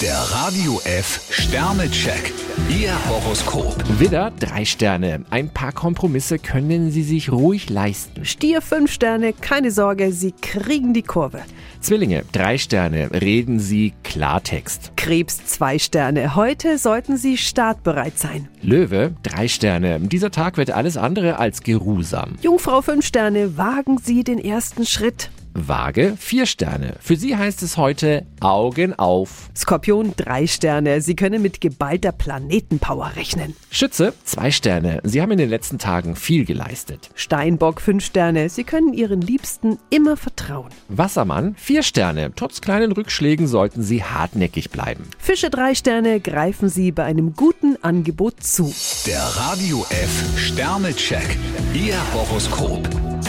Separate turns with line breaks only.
Der Radio F Sternecheck. Ihr Horoskop.
Widder, drei Sterne. Ein paar Kompromisse können Sie sich ruhig leisten.
Stier 5 Sterne, keine Sorge, Sie kriegen die Kurve.
Zwillinge, drei Sterne. Reden Sie Klartext.
Krebs 2 Sterne, heute sollten Sie startbereit sein.
Löwe, drei Sterne. Dieser Tag wird alles andere als geruhsam.
Jungfrau 5 Sterne, wagen Sie den ersten Schritt.
Waage, vier Sterne. Für Sie heißt es heute Augen auf.
Skorpion 3 Sterne, Sie können mit geballter Planetenpower rechnen.
Schütze, zwei Sterne. Sie haben in den letzten Tagen viel geleistet.
Steinbock 5 Sterne, Sie können Ihren Liebsten immer vertrauen.
Wassermann, vier Sterne. Trotz kleinen Rückschlägen sollten Sie hartnäckig bleiben.
Fische 3 Sterne, greifen Sie bei einem guten Angebot zu.
Der Radio F Sternecheck. Ihr Horoskop.